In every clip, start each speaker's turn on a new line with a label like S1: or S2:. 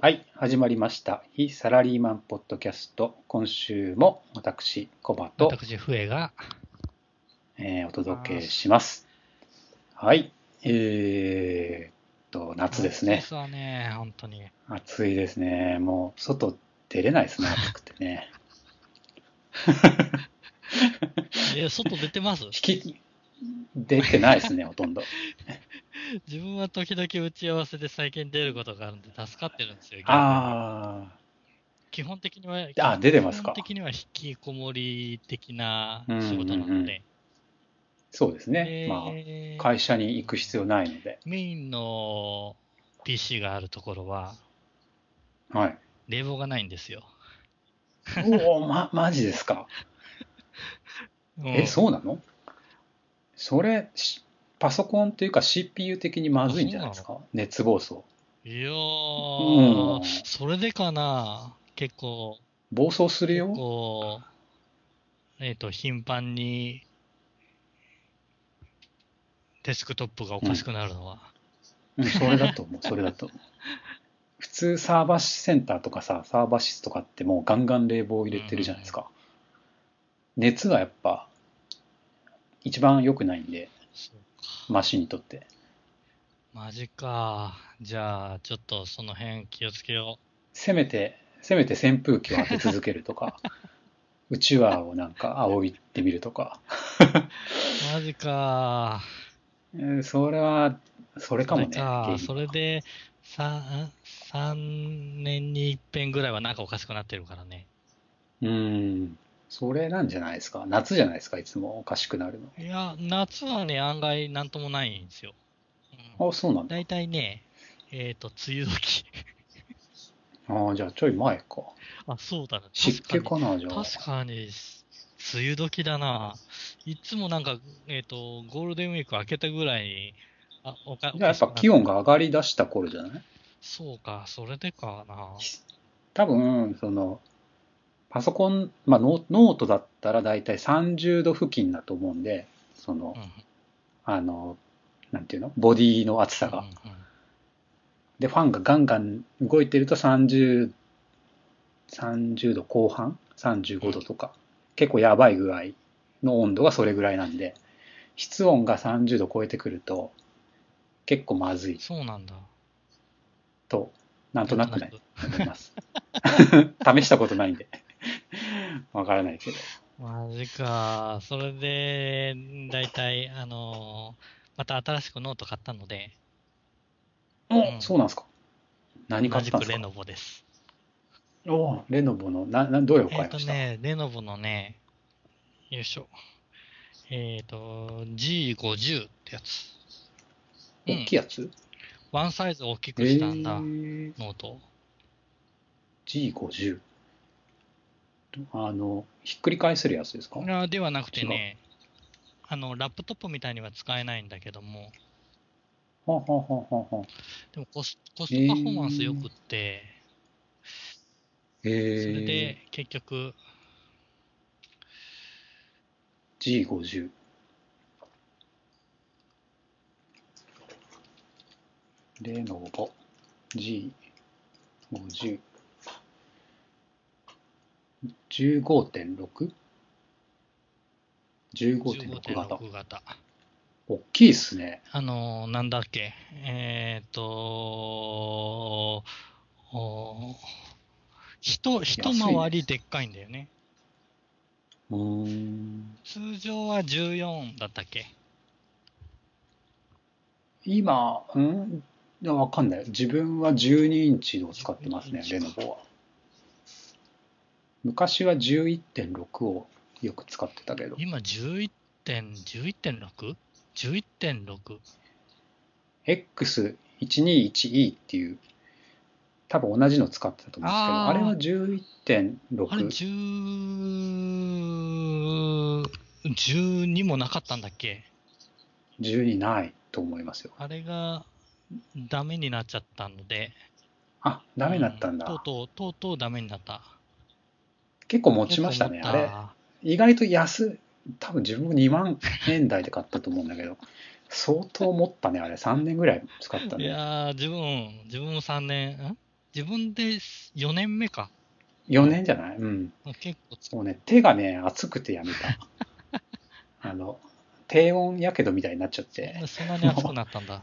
S1: はい、始まりました。非サラリーマンポッドキャスト。今週も私、コバと、
S2: 私、笛が、
S1: えーお届けします。はい、えーっと、夏ですね。
S2: 夏はね、本当に。
S1: 暑いですね。もう、外出れないですね、暑くて ね。
S2: え、外出てます
S1: 引き、出てないですね、ほ とんど。
S2: 自分は時々打ち合わせで最近出ることがあるんで、助かってるんですよ。
S1: あ
S2: 基本的には、
S1: あ出てますか
S2: 基本的には引きこもり的な仕事なので、
S1: ー、そうですね。ま
S2: で
S1: あ、会社に行く必要ないので。
S2: メインの PC があるところは、
S1: はい。
S2: 冷房がないんですよ。
S1: おお、ま、マジですか。え、
S2: う
S1: そうなのそれ、しパソコンというか CPU 的にまずいんじゃないですか熱暴走。
S2: んいや
S1: うん
S2: ー、それでかな、結構、
S1: 暴走する
S2: 結
S1: よ
S2: 構、えっ、と、頻繁にデスクトップがおかしくなるのは。
S1: うん、それだと思う、それだと思う。普通サーバーセンターとかさ、サーバー室とかってもうガンガン冷房入れてるじゃないですか。熱がやっぱ、一番良くないんで、マシンにとって。
S2: マジか。じゃあ、ちょっとその辺気をつけよ
S1: せめて、せめて扇風機を当て続けるとか、うちわをなんか仰いでみるとか。
S2: う。マジか。
S1: えーそれは、それかもね。
S2: それか
S1: 原因
S2: それで、3, 3年に一遍ぐらいはなんかおかしくなってるからね。
S1: うーん。それなんじゃないですか。夏じゃないですか、いつもおかしくなる
S2: いや、夏はね、案外なんともないんですよ。
S1: の。あ、そうなんだ。
S2: だいたいね、えっ、と、梅雨時。
S1: あーじゃあちょい前か。
S2: あ、そうだね。
S1: 湿気
S2: 確かに
S1: かな、じゃあ。
S2: 確かに、梅雨時だな。いつもなんか、えっ、と、ゴールデンウィーク明けたぐらいに、あ、おか、
S1: じゃあやっぱ気
S2: 温。
S1: 温が上がり出した頃じゃない
S2: そうか、それでかな。
S1: 多分、その、パソコン、まあノ、ノートだったらだいたい30度付近だと思うんで、その
S2: う、ん。
S1: あの、なんていうのボディの厚さが。
S2: うんうん
S1: で、ファンがガンガン動いてると30、30度後半 ?35 度とか。結構やばい具合の温度がそれぐらいなんで、室温が30度超えてくると、結構まずい
S2: そうなんだ。
S1: と、なんとなくね、
S2: なん
S1: 思
S2: と
S1: い ます。試したことないんで。わからないけど。
S2: マジか。それで、だいたい、あのーまた新しくノート買ったので、
S1: お
S2: うん
S1: そうなんですか。何
S2: 同
S1: 買っ
S2: じ
S1: たんです
S2: く
S1: か
S2: レノボです。
S1: おレノボの、な、な、どういうお
S2: えっ、
S1: 買い
S2: と
S1: ました、
S2: ね、レノボのね、よいしょ。えっ、と、G50 ってやつ。うん
S1: 大きいやつ、
S2: ワンサイズ大きく
S1: え
S2: したんだ、
S1: ー
S2: ノートを。
S1: G50。あの、ひっくり返せるやつですか
S2: いやではなくてね、あの、ラップトップみたいには使えないんだけども、
S1: ほんほんほんほんほん。
S2: でもコスコストパフォーマンスよくって、
S1: え
S2: それ
S1: ー
S2: で、結局、
S1: G50。レノボ G50。15.6?15.6 15.6型。
S2: 15.6型。
S1: 大きいっすね。
S2: あのー、なんだっけ、えっ、とお一、一回りでっかいんだよね。
S1: うーん。
S2: 通常は14だったっけ
S1: 今、うんいやわかんない。自分は12インチを使ってますね、レ
S2: 12イ
S1: ノ
S2: ンチ
S1: ボは。昔は11.6をよく使ってたけど。
S2: 今11点、11.6?11.6? 11.6
S1: X121E っていう、多分同じの使ってたと思
S2: あー
S1: うんですけど、あれは
S2: あれ、
S1: 11.6。
S2: 10、12もなかったんだっけ
S1: 12ないと思いますよ。
S2: あれがダメになっちゃったので。
S1: あ、ダメだったんだ。
S2: うとうとう、とうとうダメになった。
S1: 結構持ちましたね、
S2: よく
S1: あ
S2: 思っ
S1: れ。意外と安い、多分自分も2万円台で買ったと思うんだけど、相当持ったね、あれ。3年ぐらい使った
S2: い
S1: ね。
S2: やー、自分、自分も3年、ん自分で4年目か。
S1: 4年じゃないうん。
S2: 結構つ、
S1: もうね、手がね、熱くてやめ た。あの、低温やけどみたいになっちゃって。
S2: そんなに熱くなった んだ。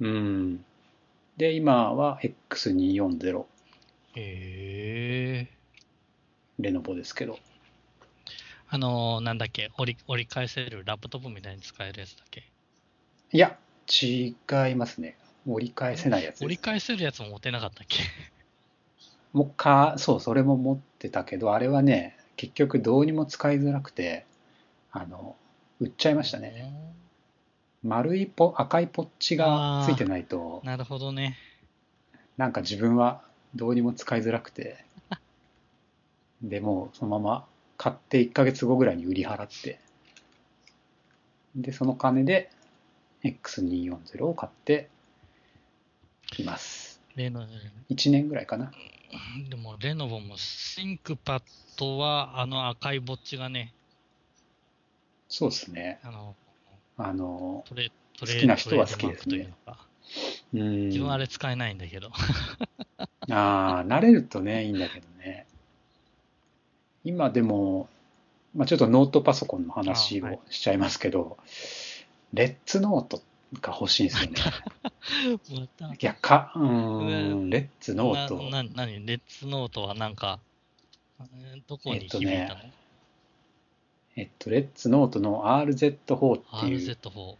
S1: うん。で、今は X240、
S2: へえ。
S1: レノボですけど。
S2: あのー、なんだっけ折り、折り返せるラップトップみたいに使えるやつだっけ
S1: いや、違いますね。折り返せないやつです
S2: 折り返せるやつも持てなかったっけ
S1: もうか、そう、それも持ってたけど、あれはね、結局どうにも使いづらくて、あの、売っちゃいましたね。丸いポ、赤いポッチがついてないと、
S2: なるほどね。
S1: なんか自分はどうにも使いづらくて、 でもうそのまま買って1ヶ月後ぐらいに売り払って、で、その金で X240 を買っています。
S2: レノ、
S1: 1年ぐらいかな。
S2: でもレノボもシンクパッドはあの赤いぼっちがね、
S1: そうですね。
S2: あの、
S1: あの、
S2: トレ、
S1: 好
S2: トレ
S1: きな人は好きですね
S2: トレードマークというのか。
S1: うん。
S2: 自分はあれ使えないんだけど。
S1: ああ、慣れるとね、いいんだけどね。今でも、まあ、ちょっとノートパソコンの話
S2: あはい
S1: をしちゃいますけど、レッツノートが欲しいんですよね。
S2: また
S1: いや、か、う
S2: う
S1: ー
S2: ん
S1: ん、レッツノート。
S2: な、な、なに、レッツノートはなんか、えーどこ
S1: えっ
S2: に
S1: と
S2: 響いたの、
S1: ねえっと、レッツノートの RZ4 っていう、
S2: ?RZ4。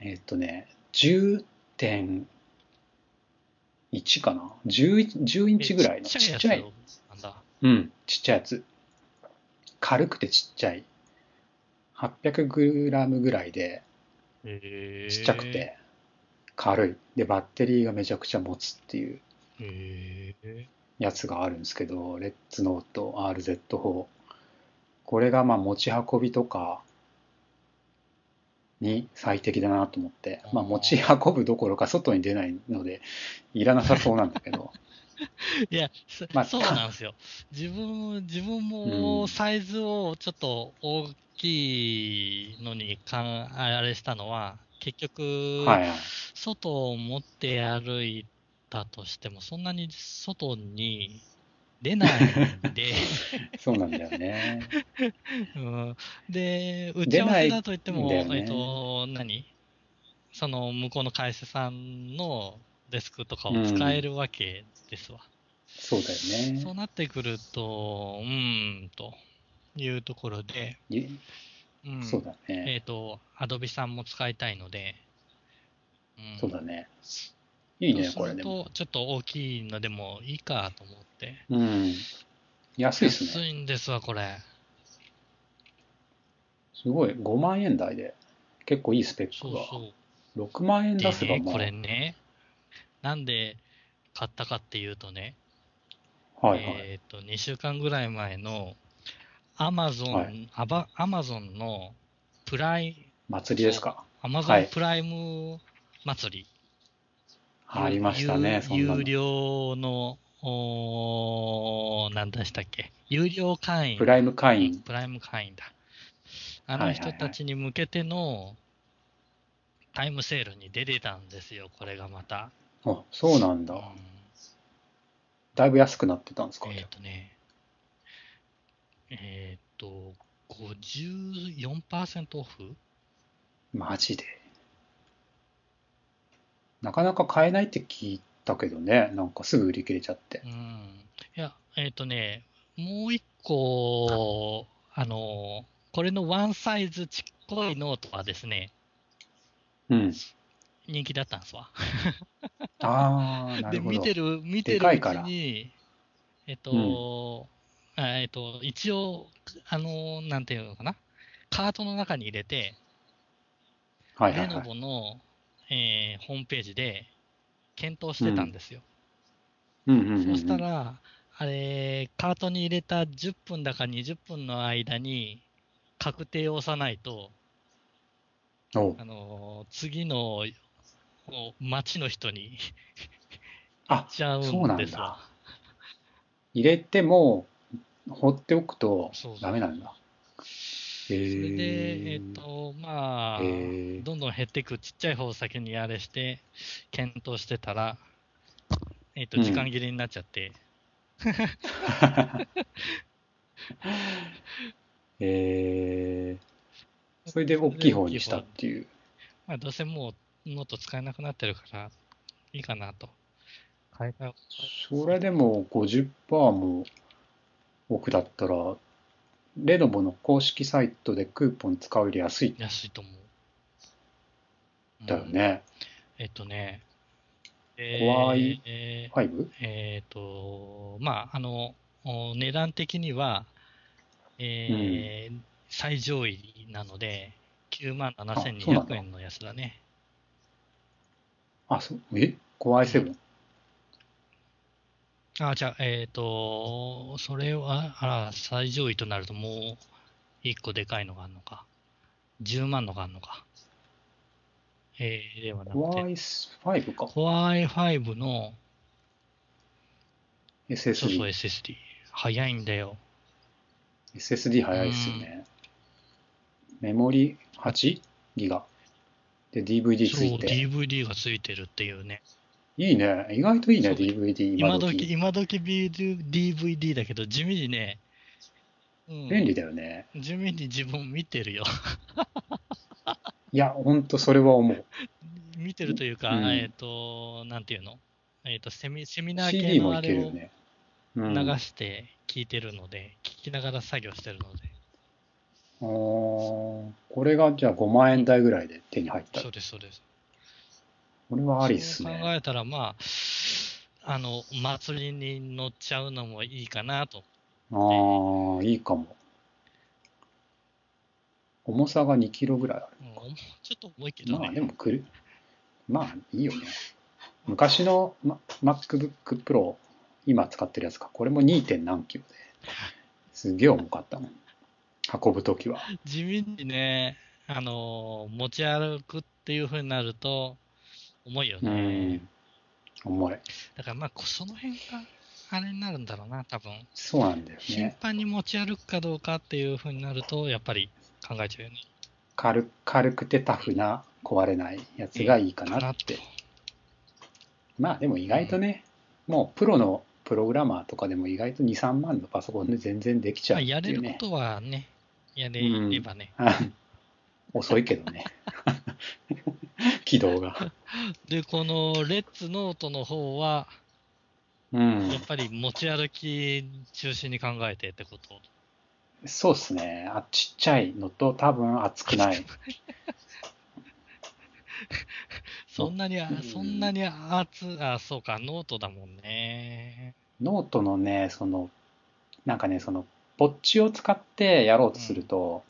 S1: えっとね、10.1かな ?10、10インチぐらいの
S2: えち
S1: ち
S2: っ
S1: っ
S2: ち
S1: ち
S2: ゃ
S1: ゃ
S2: いや
S1: い
S2: つをなんだ。
S1: うん、ちっちゃいやつ。軽くてちっちゃい。800g ぐらいで、
S2: えー
S1: ちっちゃくて、軽い。で、バッテリーがめちゃくちゃ持つっていう
S2: へえ
S1: やつがあるんですけど、レッツノート RZ4。これがまあ持ち運びとかに最適だなと思って、まあ持ち運ぶどころか 外に出ないので、いらなさそうなんだけど、
S2: いや、そ
S1: まあ
S2: そうなんですよ。自分、自分
S1: う
S2: も
S1: ん
S2: サイズをちょっと大きいのにかん、あれしたのは、結局、
S1: はいはい。
S2: 外を持って歩いたとしても、そんなに外に出ない んで、
S1: そうなんだよね。
S2: うん、で、打ち合わせだと言っても、
S1: 出ないんだよね
S2: えっと、何その向こうの会社さんのデスクとかを使えるわけですわ。
S1: そうだよ
S2: そ
S1: ね。
S2: うなってくると、うーん、というところで、
S1: い
S2: うん、
S1: そうだね。
S2: えっ、と、アドビさんも使いたいので、うん
S1: そうだね。いいね、
S2: そ
S1: こ
S2: う
S1: れ
S2: す
S1: で
S2: る
S1: も。
S2: と、ちょっと大きいのでもいいかと思って。
S1: うん。安いです
S2: 安
S1: ね。
S2: いんですわ、これ。
S1: すごい。5万円台で。結構いいスペッ
S2: そ
S1: ク
S2: う
S1: が。
S2: そう。
S1: 6万円
S2: で
S1: 出せば
S2: ね、
S1: も
S2: こ
S1: う
S2: れ。ね、なんで買ったかっていうとね、
S1: はいはい。
S2: えっ、と、2週間ぐらい前の、アマゾ
S1: は
S2: ン、アバ、アマゾンのプライ、
S1: 祭りですか。
S2: アマゾ
S1: は
S2: ン
S1: い
S2: プライム祭り。
S1: ありましたね、そん
S2: 有
S1: なの
S2: 有。料の、おーなんでしたっけ有料会員。
S1: プライム会員。
S2: プライム会員だ。あ
S1: は
S2: の
S1: いはいは
S2: 人
S1: い
S2: たちに向けてのタイムセールに出てたんですよ、これがまた。
S1: あ、そうなんだ
S2: うん。
S1: だいぶ安くなってたんですか。
S2: えっ、とね、えっ、と、54%オフ
S1: マジで。なかなか買えないって聞いたけどね。なんかすぐ売り切れちゃって
S2: う。ん。いや、えっ、とね、もう一個、あの、これのワンサイズちっこいノートはですね、
S1: うん。
S2: 人気だったんですわ。
S1: ああ、な
S2: で、
S1: るほ
S2: 見
S1: ど
S2: て。る、見
S1: で
S2: てる
S1: か
S2: う
S1: い
S2: ち
S1: から
S2: に、えっと、あえっと、一応、あの、なんていうのかな、カートの中に入れて、
S1: はいはい
S2: レ
S1: は
S2: ノ
S1: い。
S2: ボの、えーホームページで検討してたんですよ。
S1: うんうんうんう
S2: そした
S1: ん。
S2: ら、あれ、カートに入れた10分だか20分の間に、確定を押さないと、
S1: おう
S2: あの次のお町の人に
S1: あ、
S2: ちゃう
S1: そうなんん
S2: です
S1: だ
S2: わ。。
S1: 入れても、放っておくと
S2: そうそう
S1: ダメなんだ。へ
S2: それで、
S1: え
S2: え っ、と、まあ、
S1: へー
S2: どんどん減っていくちっちゃい方を先にあれして、検討してたら、えっ、
S1: う
S2: と、
S1: ん
S2: 時間切れになっちゃって、
S1: えー、それで大きい方にしたっていう。
S2: まあ、どうせもうノート使えなくなってるから、いいかなと。買い替えよ
S1: それでも50%も奥だったら、レノボの公式サイトでクーポン使うより安いん
S2: う安いと思う。うん
S1: だよ。ね。
S2: えっ、とね、
S1: 怖い
S2: えー
S1: 5?
S2: えーと、まあ、あの、お値段的には、えー最上位なので、9万
S1: あそうなん
S2: 7200
S1: だ
S2: 円のやつだね。
S1: あ、そう、え怖いセブン。
S2: あ、じゃあ、えっ、と、それは、あら、最上位となるともう、一個でかいのがあるのか。10万のがあるのか。えー、ではな
S1: 怖
S2: くて、
S1: い5か。
S2: Core i5 の、そうそう
S1: SSD。
S2: SSD。早いんだよ。
S1: SSD 早いですよね。メモリ 8? ギガ。で、DVD つ
S2: そう、
S1: いて。
S2: DVD がついてるっていうね。
S1: いいね。意外といいね、
S2: そう
S1: DVD 今
S2: 今
S1: 時。
S2: 時、今時 DVD だけど、地味にね、うん
S1: 便利だよね。
S2: 地味に自分見てるよ。
S1: いや、ほんとそれは思う。
S2: 見てるというか、
S1: うん
S2: えっ、と、なんていうのえっ、とセミ、セミナー系
S1: CD
S2: の
S1: も
S2: あ
S1: いけ
S2: れ
S1: る
S2: を
S1: よね。う
S2: 流
S1: ん。
S2: して聞いてるので、聞きながら作業してるので。
S1: あーこれがじゃあ5万円台ぐらいで手に入った
S2: そう。です、そうです。
S1: これはありっす
S2: そう考
S1: ね。
S2: えたら、まあ、あの、祭りに乗っちゃうのもいいかなと。
S1: ああ、いいかも。重さが2キロぐらいあ
S2: うんちょっと重いけ
S1: る。
S2: ど
S1: まあ
S2: ね。
S1: でもくる、まあいいよね。昔のま MacBook Pro、今使ってるやつか、これも 2. 点何キロで、すげえ重かったもん。運ぶときは。
S2: 地味にね、あの、持ち歩くっていうふうになると、重いよ
S1: う
S2: ね。
S1: ん。重い。
S2: だからまあ、こその辺があれになるんだろうな、多分。
S1: そうなんだよ
S2: 頻
S1: ね。
S2: 繁に持ち歩くかどうかっていうふうになると、やっぱり考えちゃうよね。
S1: 軽軽くてタフな、壊れないやつがいいかなって。まあでも意外とね、もうプロのプログラマーとかでも意外と2、3万のパソコンで全然できち
S2: ま
S1: ゃ
S2: あ、
S1: うって
S2: やれ
S1: いう
S2: るこ
S1: ね。
S2: とはね、やれればね。
S1: 遅いけどね。起動が。
S2: で、このレッツノートの方は、
S1: うん。
S2: やっぱり持ち歩き中心に考えてってこと。
S1: そうっすね。あちっちゃいのと多分熱くない。
S2: そんなに、あ
S1: うん
S2: そんなに熱、あ、そうか、ノートだもんね。
S1: ノートのね、その、なんかね、その、ぼっちを使ってやろうとすると、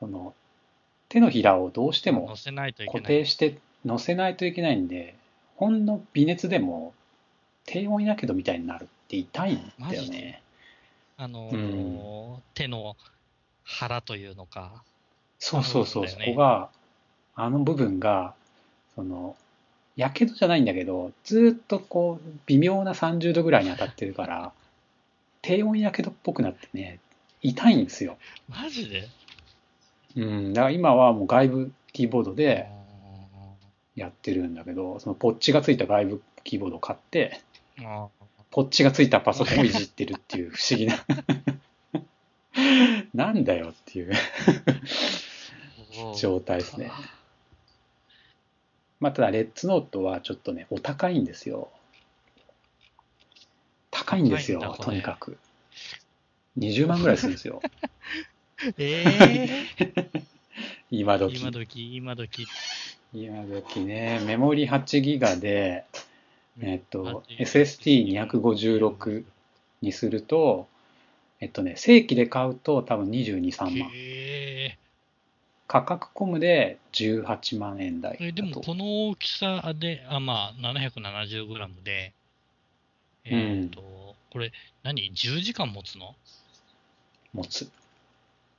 S1: その、手のひらをどうしても
S2: 載せないといけ
S1: 固
S2: ない。
S1: 定して乗せないといけないんで、ほんの微熱でも低温やけどみたいになるって痛いんだよ
S2: マジ
S1: ね
S2: で。あのー手の腹というのか、
S1: そうそうそう、
S2: 多分
S1: そ
S2: だよね
S1: こが、あの部分が、その、やけどじゃないんだけど、ずーっとこう、微妙な30度ぐらいに当たってるから、低温やけどっぽくなってね、痛いんですよ。
S2: マジで
S1: うん、だから今はもう外部キーボードで
S2: あ
S1: やってるんだけど、そのポッチがついた外部キーボードを買って、
S2: ーあ
S1: ポッチがついたパソコンをいじってるっていう不思議な。 なんだよっていう
S2: ー、
S1: 状態ですね。まあ、ただ、レッツノートはちょっとね、お高いんですよ。高いんですよ
S2: 高いんだ、ことれ
S1: にかく。20万ぐらいするんです よ、
S2: ええ
S1: 今
S2: ー、
S1: 時
S2: 今時、今時。
S1: 今時ね、メモリ8ギガで、えっと、SST256 にすると、えっとね、正規で買うと多分22、3万。
S2: え
S1: 価格コムで18万円台だと。
S2: えでもこの大きさで、あ、まあ、770g で、えっ、と、これ、何 ?10 時間持つの
S1: 持つ。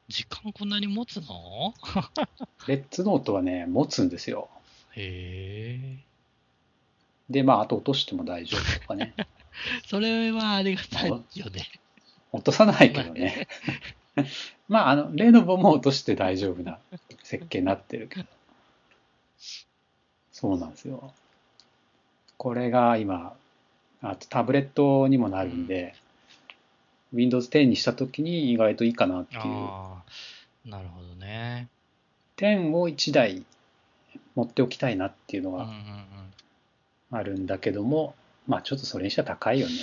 S2: 時間こんなに持つの
S1: レッツノートはね、持つんですよ。
S2: へ
S1: で、まあ、あと落としても大丈夫とか ね。
S2: え。それはありがたいよね。
S1: 落とさないけどね。 まあ、あの、レノボも落として大丈夫な設計になってるけど。そうなんですよ。これが今、あとタブレットにもなるんで、Windows 10にした時に意外といいかなっていう。
S2: ああ、なるほどね。
S1: 10を1台持っておきたいなっていうの
S2: うんうんう
S1: が
S2: ん。
S1: あるんだけども、まあちょっとそれにしては高いよね。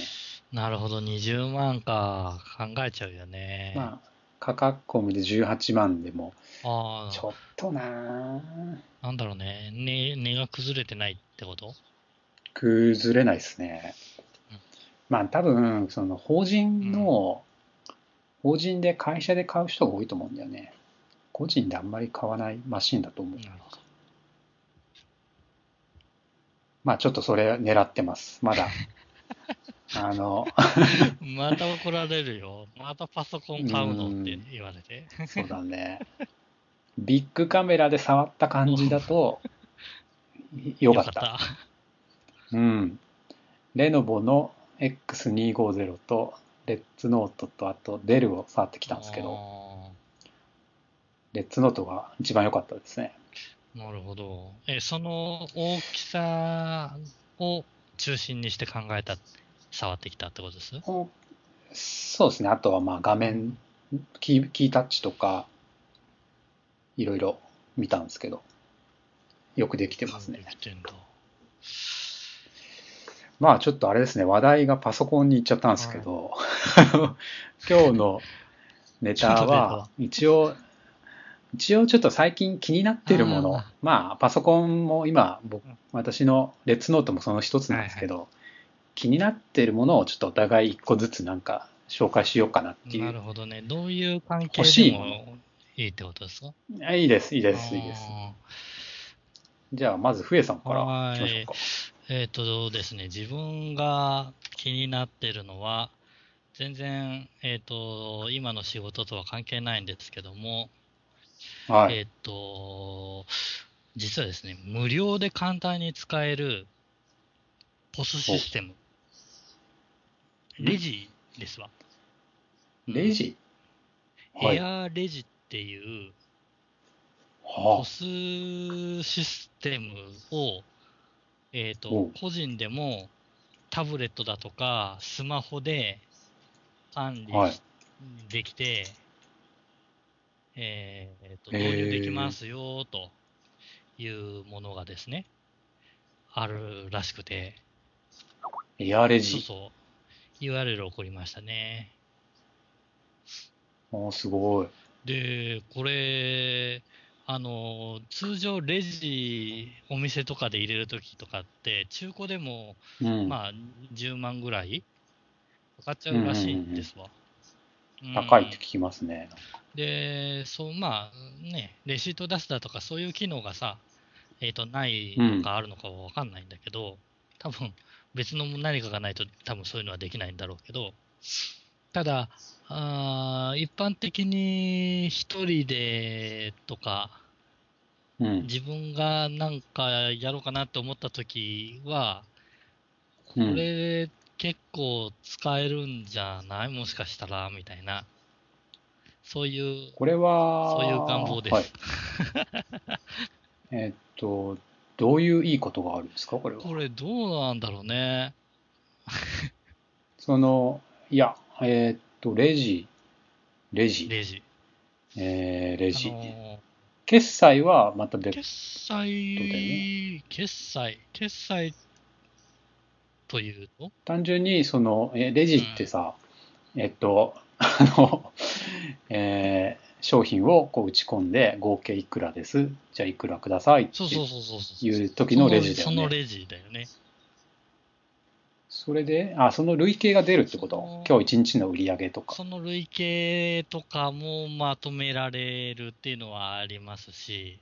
S2: なるほど、20万か。考えちゃうよね。
S1: まあ価格込みで18万でも、
S2: ああ、
S1: ちょっとなぁ
S2: なんだろうね。根、根が崩れてないってこと
S1: 崩れないですね
S2: うん。
S1: まあ多分、その法人の、法人で会社で買う人が多いと思うんだよね。個人であんまり買わないマシンだと思う。
S2: なるほど。
S1: まあちょっとそれ狙ってます。ま だ。あの、
S2: また怒られるよ。またパソコン買うのって言われて。
S1: そうだね。ビッグカメラで触った感じだ と、よかった。うん。レノボの X250 と、レッツノートと、あと、デルを触ってきたんですけど、
S2: ど。
S1: レッツノートが一番良かったですね。
S2: なるほど。え、その大きさを中心にして考えた、触ってきたってことです
S1: おそうですね。あとはまあ画面、キーキータッチとか、いろいろ見たんですけど、よくできてますね。
S2: 完璧点だ
S1: まあちょっとあれですね、話題がパソコンに行っちゃったんですけど、今日のネタは、一応、一応ちょっと最近気になってるもの、
S2: あー
S1: まあパソコンも今、僕私のレッツノートもその一つなんですけど、気になってるものをちょっとお互い一個ずつなんか紹介しようかなってい
S2: な
S1: う。
S2: るほどね。どういう関係
S1: 欲しい
S2: で
S1: も
S2: もいいってことですか
S1: あいいです、いいです、
S2: あー
S1: いいです。じゃあまず、ふえさんから行きましょうか。
S2: えっ、とですね、自分が気になってるのは、全然、えっ、と、今の仕事とは関係ないんですけども、
S1: はい。
S2: えっ、と、実はですね、無料で簡単に使える POS システム。
S1: お
S2: レジですわ。
S1: レジはい。
S2: エアレジっていう
S1: は
S2: POS システムを、えっ、
S1: お
S2: と
S1: う、
S2: 個人でもタブレットだとかスマホで管理し
S1: はい
S2: できて、えーえーと、
S1: へー
S2: 導入できますよというものがですね、あるらしくて、
S1: あエアレ
S2: そう
S1: ジ。
S2: そう、URL 送りましたね。
S1: おーすごい。
S2: で、これ、あの、通常レジ、お店とかで入れるときとかって、中古でも、
S1: うん。
S2: まあ、10万ぐらいかかっちゃうらしいんですわ。
S1: 高いって
S2: う
S1: 聞
S2: ん
S1: きますね。
S2: で、そう、まあ、ね、レシート出すだとか、そういう機能がさ、えっ、と、ないのかあるのかはわかんないんだけど、多分、別の何かがないと、多分そういうのはできないんだろうけど、ただ、あー一般的に一人でとか、
S1: うん。
S2: 自分がなんかやろうかなと思った時は、これ結構使えるんじゃないもしかしたら、みたいな。そういう
S1: これは、
S2: そういう願望です。
S1: はい えーっと、どういういいことがあるんですか、これは。
S2: これどうなんだろうね。
S1: その、いや、えーっと、レジ、レジ、
S2: レジ。
S1: えーレジ
S2: あ。の
S1: 決済はまた
S2: ー
S1: 別
S2: 決
S1: そうだよ
S2: 済、決済、決済というと
S1: 単純に、その、えーレジってさ、えーっと、 あの、えー商品をこう打ち込んで、合計いくらです、じゃあいくらくださいって
S2: そうそうそうそうそう。
S1: いう時のレジだ
S2: そ
S1: よ
S2: の
S1: ね。
S2: レジだよね。
S1: それで、あ、その累計が出るってこと今日一日の売り上げとか。
S2: その累計とかもまとめられるっていうのはありますし、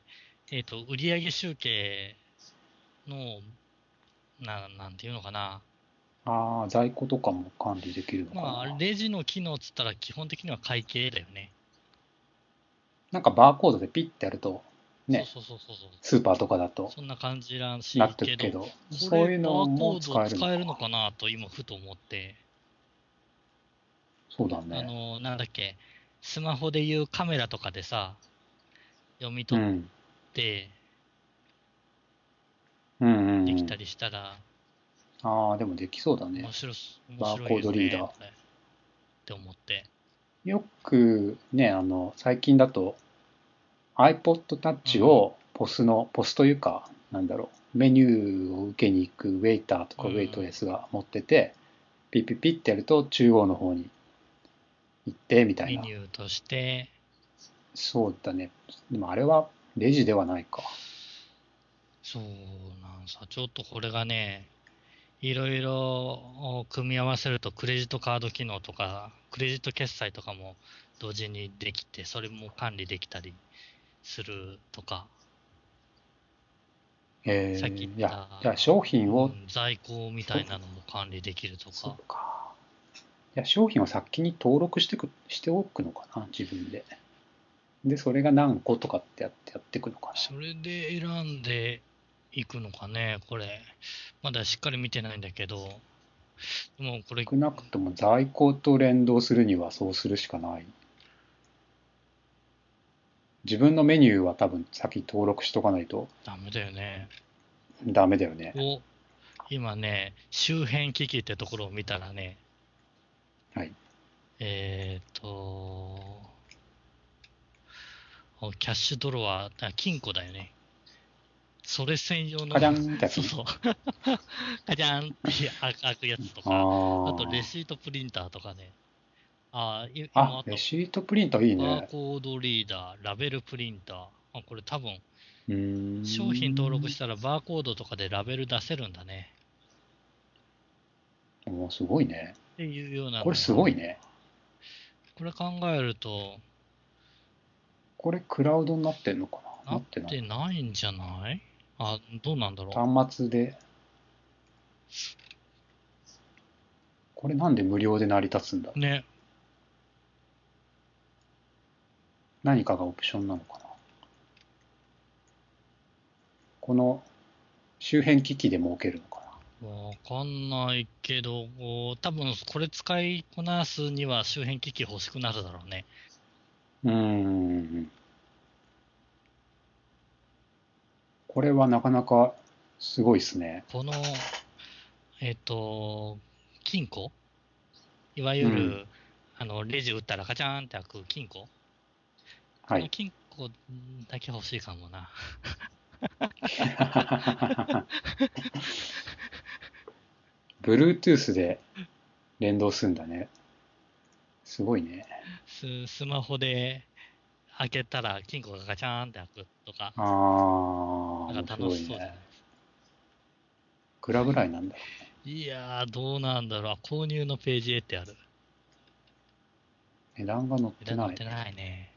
S2: えっ、と、売上集計の、ななんていうのかな。
S1: ああ、在庫とかも管理できるのかな。
S2: まあ、レジの機能っつったら基本的には会計だよね。
S1: なんかバーコードでピッてやると、ね、
S2: そうそうそうそうそう。
S1: スーパーとかだと
S2: そんな感じらしい
S1: なって
S2: け
S1: るけ
S2: ど、
S1: ど、
S2: これ
S1: そういうのも使
S2: バ
S1: え
S2: ー
S1: るの
S2: コード使
S1: か
S2: えるのかなと今ふと思って、
S1: そうだ
S2: あ
S1: ね。
S2: の、なんだっけ、スマホでいうカメラとかでさ、読み
S1: う
S2: 取っ
S1: ん。
S2: て
S1: うんうんうん。
S2: できたりしたら、
S1: ああ、でもできそうだね
S2: 面。白す、面
S1: バ
S2: 白い
S1: ーコードリーダー
S2: ですねこれって思って。
S1: よくね、あの、最近だと iPod Touch をポスの、ポスというか、なんだろう、メニューを受けに行くウェイターとか
S2: う
S1: ウ
S2: ん
S1: ェイトレスが持ってて、ピッピッピッってやると中央の方に行ってみたいな
S2: メニ。ューとして、
S1: そうだね。でもあれはレジではないか。
S2: そうなんさ、ちょっとこれがね、いろいろ組み合わせると、クレジットカード機能とか、クレジット決済とかも同時にできて、それも管理できたりするとか、
S1: え
S2: さっき言
S1: ー
S2: っ、た
S1: いや、じゃあ商品
S2: う
S1: を、
S2: ん在庫みたいなのも管理できると
S1: そ
S2: か
S1: う、か。いや、商品を先に登録してく、しておくのかな、自分で。で、それが何個とかってやってやっていくのかな。
S2: それで選んでいくのかね、これ。まだしっかり見てないんだけど、でもこれ、
S1: 少なくとも在庫と連動するにはそうするしかない。自分のメニューは多分先登録しとかないと
S2: ダメだよね。
S1: ダメだよね。
S2: を今ね、周辺機器ってところを見たらね、
S1: はい。
S2: えっ、と、おキャッシュドロワー、あ金庫だよね。それ専用の、
S1: カジャンってやつ
S2: そう そう。カジャンっていうあ開くやつと
S1: あ
S2: か、あ
S1: ー
S2: とレシートプリンターとかね。あー、い今
S1: あ
S2: あ、と
S1: レシートプリンターいい
S2: バー
S1: ね。
S2: コードリーダー、ラベルプリンター。あこれ多分、
S1: うーん
S2: 商品登録したらバーコードとかでラベル出せるんだね。
S1: おーすごいね。
S2: っていうようなのが
S1: これすごいね。
S2: これ考えると
S1: これクラウドになってんのかな
S2: な
S1: な
S2: っ
S1: ってな
S2: て
S1: い。
S2: ないんじゃないあどうなんだろう
S1: 端末で。これなんで無料で成り立つんだ
S2: ね
S1: 何かがオプションなのかなこの周辺機器で設けるのか
S2: わかんないけどこう多分これ使いこなすには周辺機器欲しくなるだろうね
S1: なうーんこれはなかなかすごいですね
S2: このえっ、と金庫いわゆる、
S1: うん
S2: あのレジ打ったらカチャーンって開く金庫、
S1: は
S2: この
S1: い
S2: 金庫だけ欲しいかもな
S1: Bluetooth で連動するんだねすごいね
S2: ススマホで開けたら金庫がガチャーンって開くとか
S1: ああ
S2: なん
S1: 面
S2: か楽
S1: 白
S2: し
S1: い
S2: そうじゃない
S1: ねいくらぐらいなんだ
S2: いやー、どうなんだろう。あ購入のページへってある。
S1: 値段が載って
S2: 値段
S1: な
S2: 載
S1: い
S2: ってないね。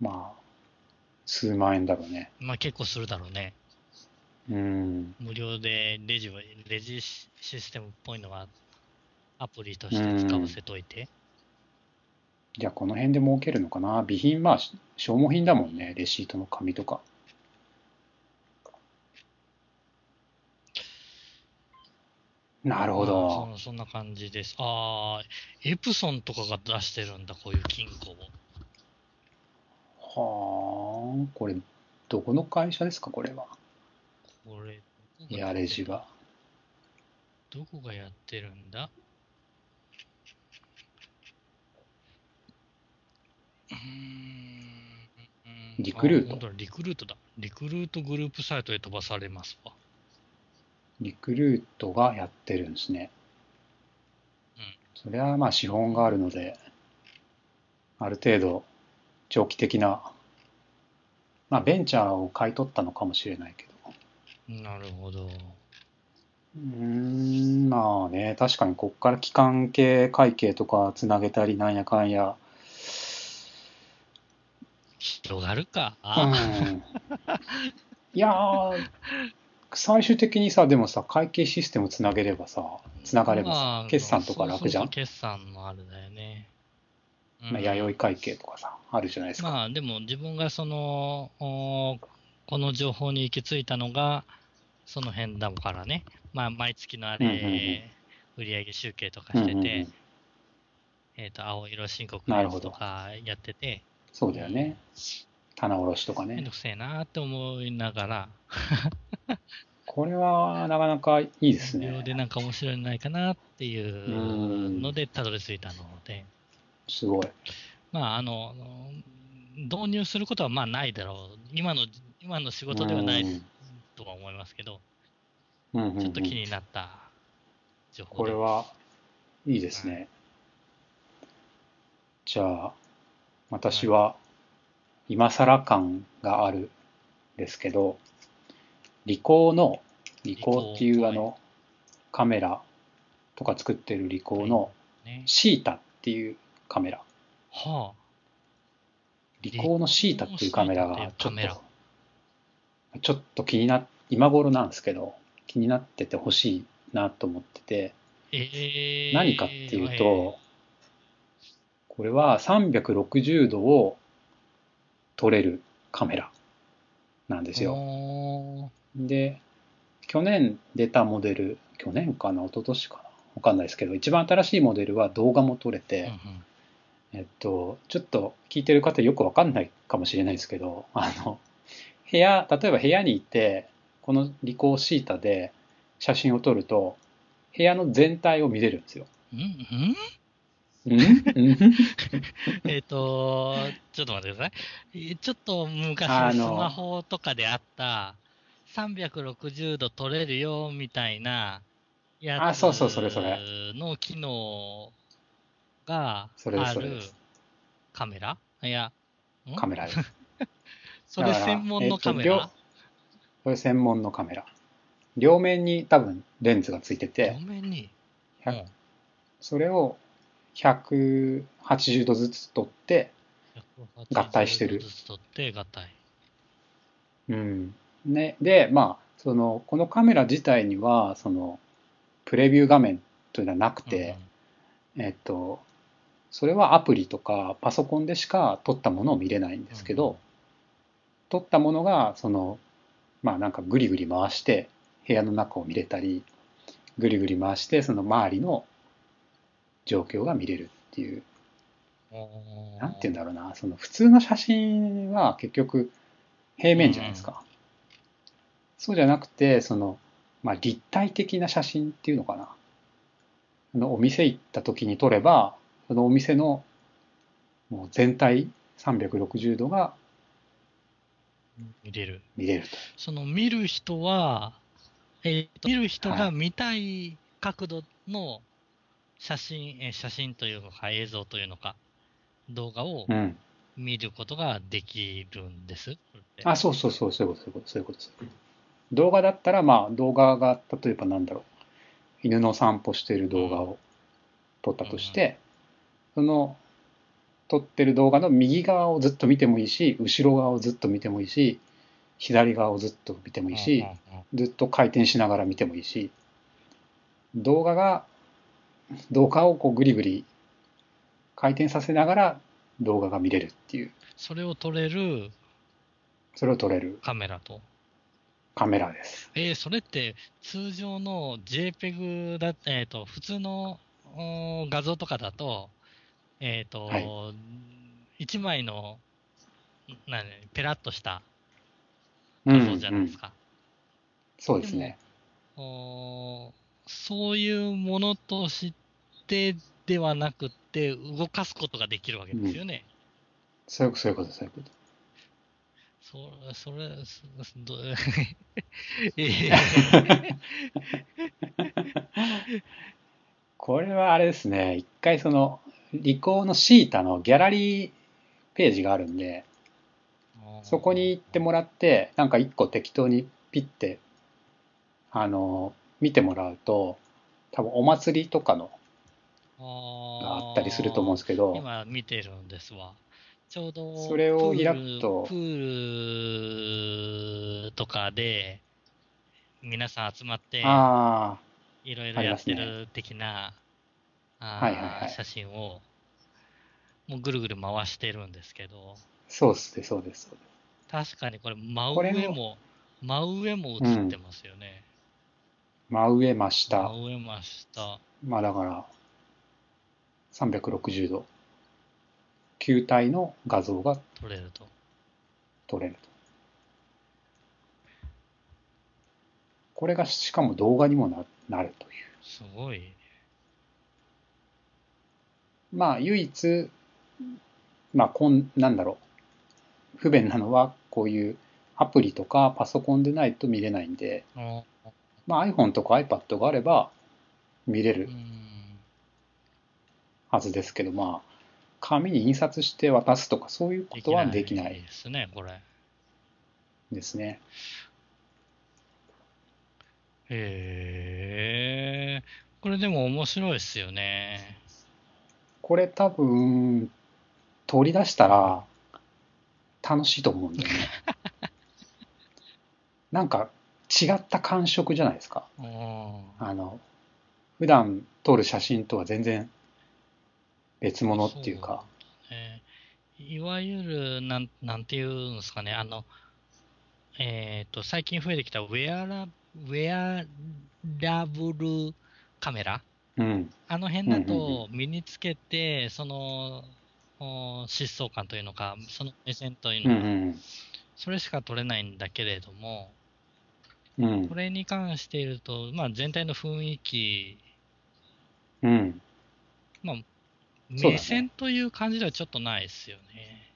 S1: まあ数万円だろうね
S2: まあ結構するだろうね。
S1: うん
S2: 無料でレジを、レジシステムっぽいのはアプリとして使わせといて。
S1: じゃあこの辺で儲けるのかな備品、まあ、し消耗品だもんね。レシートの紙とか。なるほ
S2: まあそ
S1: ど。
S2: ん。そんな感じです。あー、エプソンとかが出してるんだ、こういう金庫を。
S1: はあ、これ、どこの会社ですか、これは。
S2: これ、どこが
S1: いや、
S2: やってる
S1: レジは。
S2: どこがやってるんだうーん
S1: リクルート
S2: あ本当だリクルートだ。リクルートグループサイトへ飛ばされますわ。
S1: リクルートがやってるんですね。それはまあ資本があるので、ある程度長期的な、まあベンチャーを買い取ったのかもしれないけど。
S2: なるほど。
S1: うーん、まあね、確かにこっから機関系会計とかつなげたりなんやかんや。
S2: 広がるか。
S1: う
S2: あ
S1: ん。いやー、最終的にさ、でもさ、会計システムつなげればさ、つながればさ、
S2: まあ
S1: 決算とか楽じゃん
S2: そうそうそう決算もあるだよね。うん
S1: まあ弥生会計とかさ、あるじゃないですか。
S2: まあでも自分がそのおーこの情報に行き着いたのがその辺だからね、まあ、毎月のあれ、
S1: うんうんうん
S2: 売上集計とか
S1: うん
S2: してて、
S1: うんうん。
S2: えー、と青色申告
S1: な
S2: の
S1: る
S2: や
S1: ほ
S2: つ
S1: ど
S2: とかやってて、
S1: そうだよね。棚卸しとか
S2: めんど
S1: ね。
S2: くせえなーって思いながら、
S1: これはなかなかいいです
S2: 無料
S1: ね。
S2: でなんか面白いのないかなっていうので、たどり着いたので、
S1: すごい。
S2: まあ、あの、導入することはまあないだろう。今の、今の仕事ではない
S1: うん
S2: とは思いますけど、
S1: うんうんうん
S2: ちょっと気になった情報
S1: これ
S2: で
S1: はいいですね。じゃあ、私は今更感があるんですけど、リコーの、リコーってい
S2: リコ
S1: う
S2: ー
S1: あの、カメラとか作ってるリコーの
S2: ね。
S1: シータっていうカメラ、
S2: は
S1: リコーのシータっていうカメラがちょっ
S2: リコーのシータっていうカメ
S1: と、ちょっと気になっ、今頃なんですけど、気になっててほしいなと思ってて、
S2: あ、えー
S1: 何かっていうと、、これは360度を撮れるカメラなんですよ。
S2: よ。
S1: で、去年出たモデル、去年かな、一昨年かな、わかんないですけど、一番新しいモデルは動画も撮れ
S2: うんう
S1: て、
S2: ん
S1: えっと、ちょっと聞いてる方よくわかんないかもしれないですけど、あの、部屋、例えば部屋にいて、このリコーシータで写真を撮ると、部屋の全体を見れるんですよ。
S2: うんうん
S1: うんうん
S2: えっと、ちょっと待ってください。えちょっと昔
S1: あの
S2: スマホとかであった、360度撮れるよみたいなやつ
S1: あそうそうそれそれ
S2: の機能が
S1: それで
S2: あ
S1: すそれ
S2: る
S1: です
S2: カメラいや、ん
S1: カメラです。
S2: それ
S1: だから
S2: 専門のカメ
S1: えっと
S2: ラ
S1: 両これ専門のカメラ。両面に多分レンズがついてて
S2: 両、面に。う
S1: 100
S2: ん
S1: それを180度ずつ撮って、
S2: 180
S1: 合体してる
S2: ずつ撮って合体。
S1: うん。ね、で、まあ、その、このカメラ自体には、その、プレビュー画面というのはなくて、えっと、それはアプリとかパソコンでしか撮ったものを見れないんですけど、
S2: うん
S1: 撮ったものがそのまあなんかぐりぐり回して部屋の中を見れたりぐりぐり回してその周りの状況が見れるっていう
S2: うんうん、
S1: なんて言うんだろうなその普通の写真は結局平面じゃないですか、そうじゃなくてその、まあ、立体的な写真っていうのかなあのお店行った時に撮ればそのお店のもう全体360度が
S2: 見れる。
S1: 見れると。
S2: その見る人は、えーと見る人
S1: は
S2: が
S1: い
S2: 見たい角度の写真、えー写真というのか映像というのか、動画を
S1: うん、
S2: 見ることができるんです。これって
S1: あ、そうそうそう、そういうこと、そういうこと、そういうこと。そういうこと動画だったら、まあ、動画が、例えばなんだろう、犬の散歩してる動画を撮ったとして、その、撮ってる動画の右側をずっと見てもいいし、後ろ側をずっと見てもいいし、左側をずっと見てもいいし、
S2: うんうんうん
S1: ずっと回転しながら見てもいいし、動画が、動画をこうぐりぐり回転させながら動画が見れるっていう、
S2: それを撮れる
S1: それを撮れる
S2: カメラと。
S1: カメラです。
S2: えーそれって通常の JPEG だえーと、普通のおー画像とかだと、えっ、と、
S1: はい
S2: 一枚の、なに、ペラッとした
S1: うん
S2: 画像じゃないですか。
S1: そうですね。
S2: おーそういうものとしてではなくて、動かすことができるわけですよね。
S1: そういうそういうこと、そういうこと。
S2: それ、それ、すすど え
S1: これはあれですね、一回その、リコーのシータのギャラリーページがあるんで、
S2: ー
S1: そこに行ってもらって、なんか一個適当にピッて、あの、見てもらうと、多分お祭りとかのがあったりすると思うんですけど、
S2: 今見てるんですわ。ちょうど、
S1: それを
S2: プール
S1: 開くと
S2: プールとかで、皆さん集まって、
S1: ああ、
S2: いろいろやってる的な、あー
S1: はいはいはい
S2: 写真を、もうぐるぐる回してるんですけど、
S1: そうですね、そうです。そうです
S2: 確かにこれ真
S1: これ
S2: 上
S1: も
S2: も、真上も映ってますよね。
S1: 真上、真下、
S2: 真上、真下。
S1: まあだから、360度、球体の画像が
S2: 撮れると。
S1: 撮れると。これがしかも動画にもななるという。
S2: すごい。
S1: まあ唯一、まあこん、なんだろう。不便なのはこういうアプリとかパソコンでないと見れないんで、
S2: あ
S1: まあ iPhone とか iPad があれば見れ
S2: う
S1: る
S2: ん。
S1: はずですけど、まあ紙に印刷して渡すとかそういうことはできない
S2: ですね、これ。
S1: ですね。
S2: へえ。これでも面白いですよね。
S1: これ多分、取り出したら楽しいと思うんだよね。 なんか違った感触じゃないですか。
S2: うん。
S1: あの、普段撮る写真とは全然別物っていうか。
S2: えーいわゆる、なん、なんていうんですかね、あの、えっ、と、最近増えてきたウェアラ、ウェアラブルカメラ
S1: うん。
S2: あの辺だ
S1: うんうん
S2: と身につけて、その、お疾走感というのか、その目線という
S1: うん
S2: の
S1: う
S2: か、
S1: ん
S2: それしか撮れないんだけれども、
S1: うん。う
S2: こ
S1: ん。
S2: れに関して言うと、まあ全体の雰囲気、
S1: うん。そうだね
S2: 目線という感じではちょっとないですよね。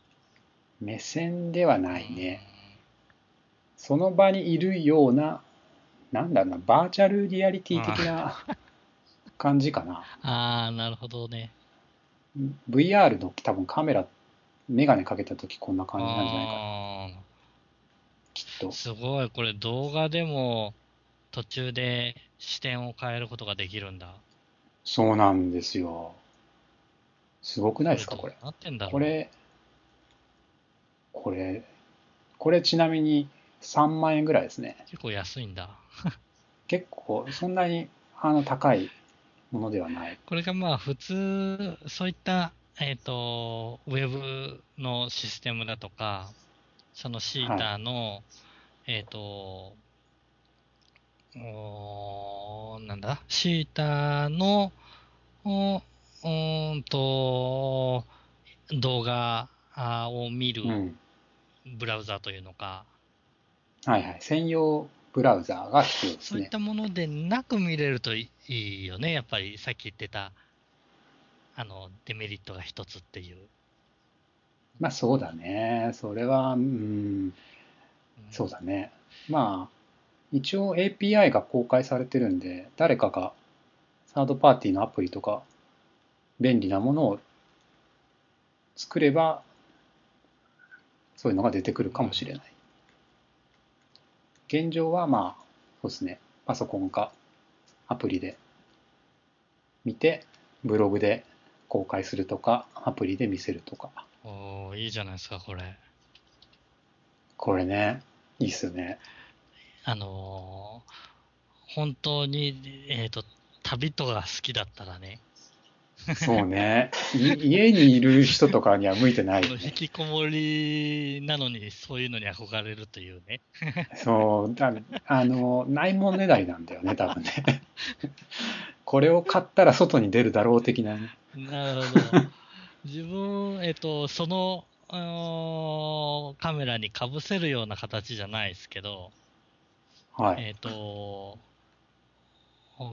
S1: 目線ではないね。その場にいるような、なんだろうな、バーチャルリアリティ的な感じかな。
S2: うん。ああ、なるほどね。
S1: VR の多分カメラ、メガネかけた時こんな感じなんじゃないかな、
S2: あ
S1: きっ
S2: ー
S1: と。
S2: すごい、これ動画でも途中で視点を変えることができるんだ。
S1: そうなんですよ。すごくないですか、これ
S2: ど。うなってんだろう。
S1: これ、これ、これちなみに3万円ぐらいですね。
S2: 結構安いんだ。
S1: 結構、そんなにあの高いものではない。
S2: これがまあ普通、そういった、えっ、と、ウェブのシステムだとか、そのシーターの、えっ、と、おーなんだ、シーターの、おうーんと、動画あーを見る
S1: うん。
S2: ブラウザというのか、
S1: はいはい。専用ブラウザーが必要です
S2: そういっ
S1: ね。
S2: たものでなく見れるといいいよね、やっぱりさっき言ってた、あの、デメリットが一つっていう。
S1: まあそうだね。それは、うん、
S2: ん
S1: そうだね。まあ、一応 API が公開されてるんで、誰かがサードパーティーのアプリとか、便利なものを作れば、そういうのが出てくるかもしれない。現状はまあ、そうですね。パソコンかアプリで見て、ブログで公開するとか、アプリで見せるとか。
S2: おーいいじゃないですか、これ。
S1: これね、いいっすよね。
S2: あのー本当に、えっ、と、旅とか好きだったらね、
S1: そうね。い家にいる人とかには向いてないよ
S2: 引
S1: ね。
S2: きこもりなのに、そういうのに憧れるというね。
S1: そう、だあの、ないもんねだりなんだよね、多分ね。これを買ったら外に出るだろう的なね。
S2: な るほど。自分、えっ、と、その、あのーカメラにかぶせるような形じゃないですけど、
S1: はい。
S2: えっ、と、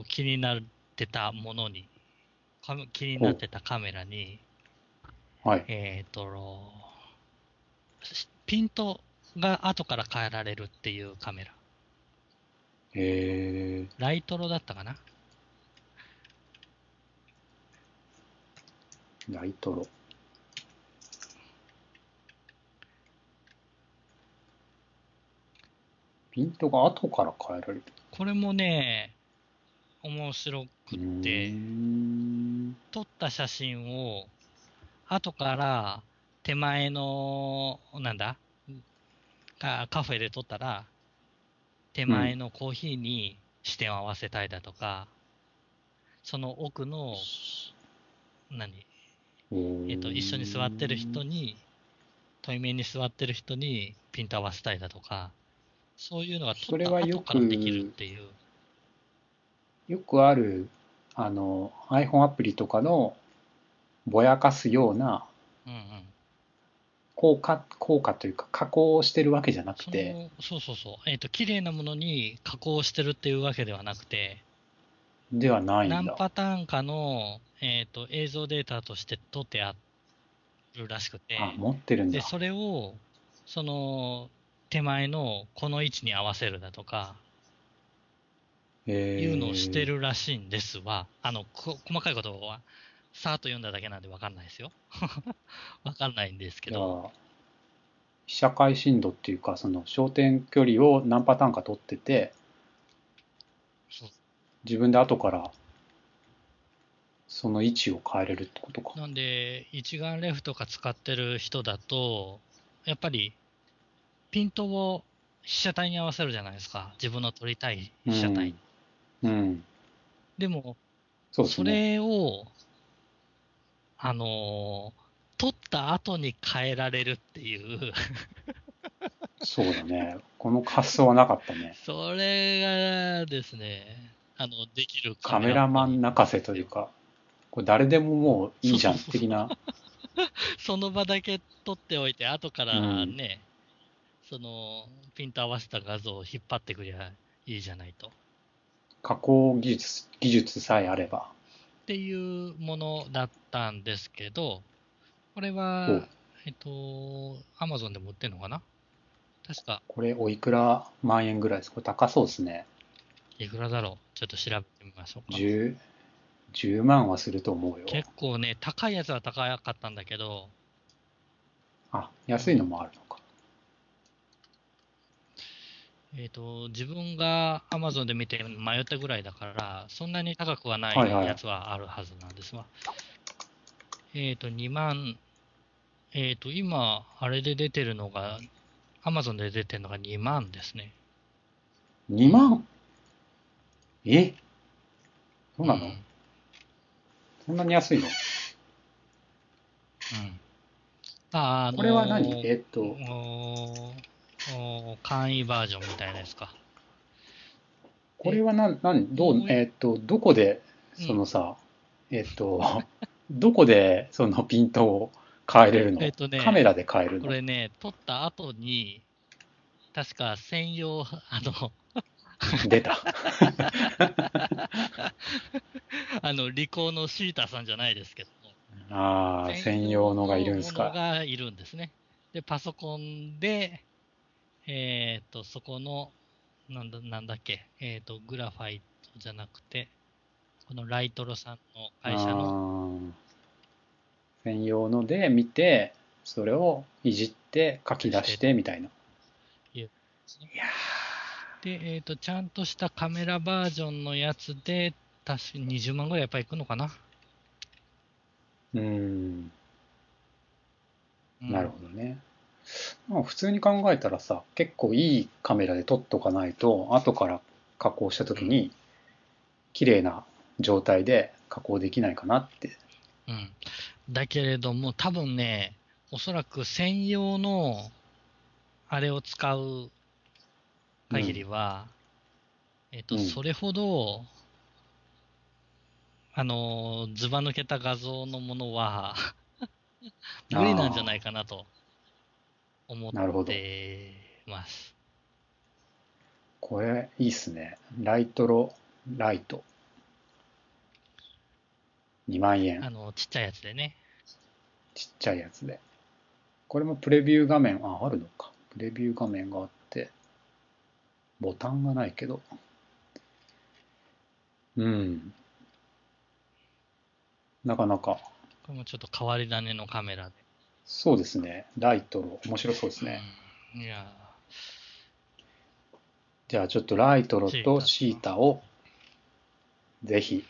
S2: 気になってたものに、カメ気になってたカメラに、
S1: はい。
S2: えー、と、しピントが後から変えられるっていうカメラ。
S1: え
S2: ライトロだったかな
S1: ー、ライトロ。ピントが後から変えられる。
S2: これもね、面白
S1: う
S2: くって
S1: ー、ん
S2: 撮った写真を、後から手前の、なんだかカフェで撮ったら、手前のコーヒーに視点を合わせたいだとか、その奥の、何えっと、一緒に座ってる人に、対面に座ってる人にピント合わせたいだとか、そういうのが撮
S1: そ
S2: っ
S1: れ
S2: た
S1: はよ
S2: 後
S1: く
S2: からできるっていう。
S1: よくあるあの iPhone アプリとかのぼやかすような
S2: うんうん。
S1: 効果、効果というか加工してるわけじゃなく
S2: そ
S1: て、
S2: のそうそうそう、えっ、と、綺麗なものに加工してるっていうわけではなくて、
S1: ではないん
S2: 何
S1: だ。
S2: パターンかの、えっと映像データとして取ってあるらしくて、
S1: あ、持ってるんだ
S2: で。それをその手前のこの位置に合わせるだとか
S1: えー
S2: いうのをして。るらしいんですわ、あのこ細かいことはさーっと読んだだけなんで分かんないですよ 分かんないんですけ
S1: いや
S2: ど
S1: ー被写界深度っていうか、その焦点距離を何パターンか取ってて、
S2: そう
S1: 自分で後からその位置を変えれるってことか。
S2: なんで一眼レフとか使ってる人だとやっぱりピントを被写体に合わせるじゃないですか自分の撮りたい被写体に、
S1: うん。
S2: でも
S1: そうです
S2: そ
S1: ね。
S2: れを、あのー取った後に変えられるっていう、
S1: そうだね。この発想はなかったね。
S2: それがですね、あの、できる
S1: カメラマン泣かせというか、これ誰でももういいじゃん、
S2: そうそうそう
S1: 的な。
S2: その場だけ取っておいて、後から
S1: うん
S2: ね、その、ピント合わせた画像を引っ張ってくりゃいいじゃないと。っ
S1: 加工技術技術さえあれば。
S2: ていうものだったんですけど、これは
S1: ほう、
S2: えっと、アマゾンでも売ってるのかな確か、
S1: これおいくら万円ぐらいですこれ高そうですね。
S2: いくらだろうちょっと調べてみましょうか。
S1: 10、10万はすると思うよ。
S2: 結構ね、高いやつは高かったんだけど、
S1: あ、安いのもあるのか。
S2: えっと自分が Amazon で見て迷ったぐらいだから、そんなに高くはない
S1: はいはい
S2: やつはあるはずなんですわ。えっ、と、2万、えっ、と、今、あれで出てるのが、Amazon で出てるのが2万ですね。
S1: 2万えそうなの、
S2: うん
S1: そんなに安いの
S2: うんああのー
S1: これは何えっと、
S2: おーおー簡易バージョンみたいなやつか。
S1: これはなん、なん、どう
S2: う、ん
S1: えっと、どこで、そのさ、えっと、 どこでそのピントを変えれるの、
S2: えっとね
S1: カメラで変える
S2: こ
S1: の
S2: れね、撮った後に、確か専用、あの、
S1: 出 た。
S2: あの、リコーのシータさんじゃないですけど
S1: あ
S2: も
S1: あ、専用のがいるんです
S2: 専
S1: か。
S2: 用のがいるんですね。で、パソコンで、えっ、と、そこの、なんだ、なんだっけ、えっ、と、グラファイトじゃなくて、このライトロさんの会社の、
S1: あー専用ので見て、それをいじって書き出してみたいな。
S2: い
S1: い
S2: や
S1: や
S2: で、えっ、と、ちゃんとしたカメラバージョンのやつで、確か20万ぐらいやっぱいくのかな。
S1: ーうん、
S2: うん
S1: なるほどね。まあ、普通に考えたらさ、結構いいカメラで撮っとかないと、後から加工した時に、綺麗な状態で加工できないかなって。
S2: うん、だけれども、多分ね、おそらく専用のあれを使う限りは、えっと、
S1: うん
S2: それほど、あのー、ずば抜けた画像のものは、無理なんじゃないかなと思
S1: なるほ
S2: っ
S1: ど
S2: てます。
S1: これ、いいっすね。ライトロ、ライト。2万円。
S2: あの、ちっちゃいやつでね。
S1: ちっちゃいやつで。これもプレビュー画面、あ、あるのか。プレビュー画面があって、ボタンがないけど。うん。なかなか、
S2: これもちょっと変わり種のカメラで。
S1: そうですね。ライトロ、面白そうですね。
S2: うん。いや
S1: じゃあちょっとライトロ
S2: シ
S1: とシ
S2: ー
S1: ータを、ぜひ。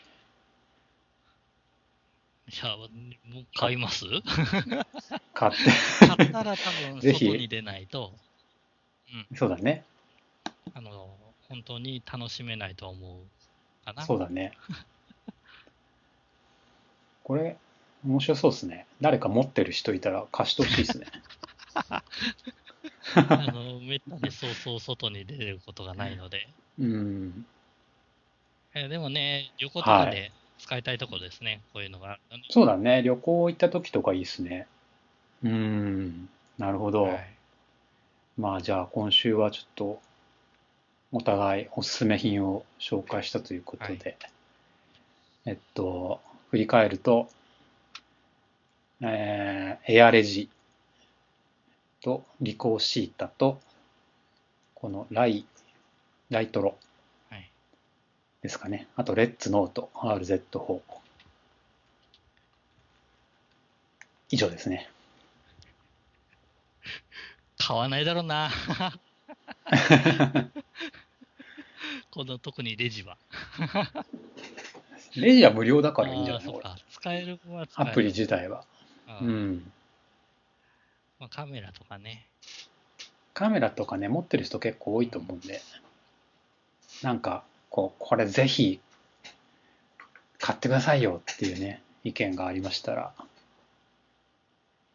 S2: ー、いや、もう買います
S1: 買って、
S2: 買ったら多分
S1: ぜひ
S2: 外に出ないと、
S1: そうだね。
S2: あの、本当に楽しめないと思うかな。
S1: そうだね。これ、面白そうですね。誰か持ってる人いたら貸してほしいで すね。
S2: あの、めったにそうそう外に出ることがないので。
S1: うん。
S2: えでもね、旅行とかで使いたいところですね、こういうのがあるのに。
S1: そうだね。旅行行った時とかいいっすね。うーん。なるほど。
S2: はい
S1: まあじゃあ今週はちょっとお互いおすすめ品を紹介したということで、えっと、振り返ると、えーエアレジとリコーシータと、このライ、ライトロ
S2: はい
S1: ですかね。あと、レッツノート RZ4。以上です ね。
S2: 買わないだろうな。 この特にレジは。
S1: レジは無料だ
S2: あ
S1: からいいんじゃ
S2: あ
S1: な
S2: ー
S1: い
S2: そ
S1: こ
S2: う
S1: れ
S2: か。使えるは使え
S1: ア
S2: る。
S1: プリ自体は。
S2: あー
S1: うん。
S2: まあ、カメラとかね。
S1: カメラとかね、持ってる人結構多いと思うんで、なんか、こう、これぜひ、買ってくださいよっていうね、意見がありましたら、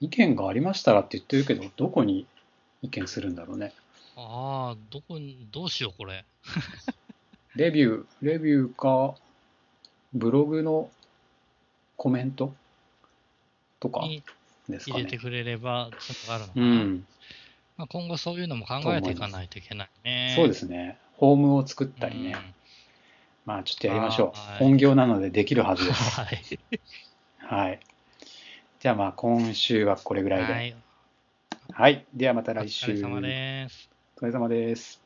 S1: 意見がありましたらって言ってるけど、どこに意見するんだろうね。
S2: ああ、どこに、どうしようこれ。
S1: レビュー、レビューか、ブログのコメントとか
S2: に
S1: ですか
S2: 入れて
S1: ね。
S2: くれれば、ちょっとあるのか
S1: う
S2: な。
S1: ん、
S2: まあ、今後そういうのも考えていかないといけないね。
S1: そうですすね。ホームを作ったりね。まあ、ちょっとやりましょ
S2: は
S1: う。
S2: い
S1: 本業なのでできるはずです。
S2: はい。
S1: はい。じゃあまあ今週はこれぐらいで。は。
S2: はいい。
S1: ではまた
S2: お
S1: 来
S2: 疲
S1: 週。
S2: れ様です。
S1: お疲れ様です。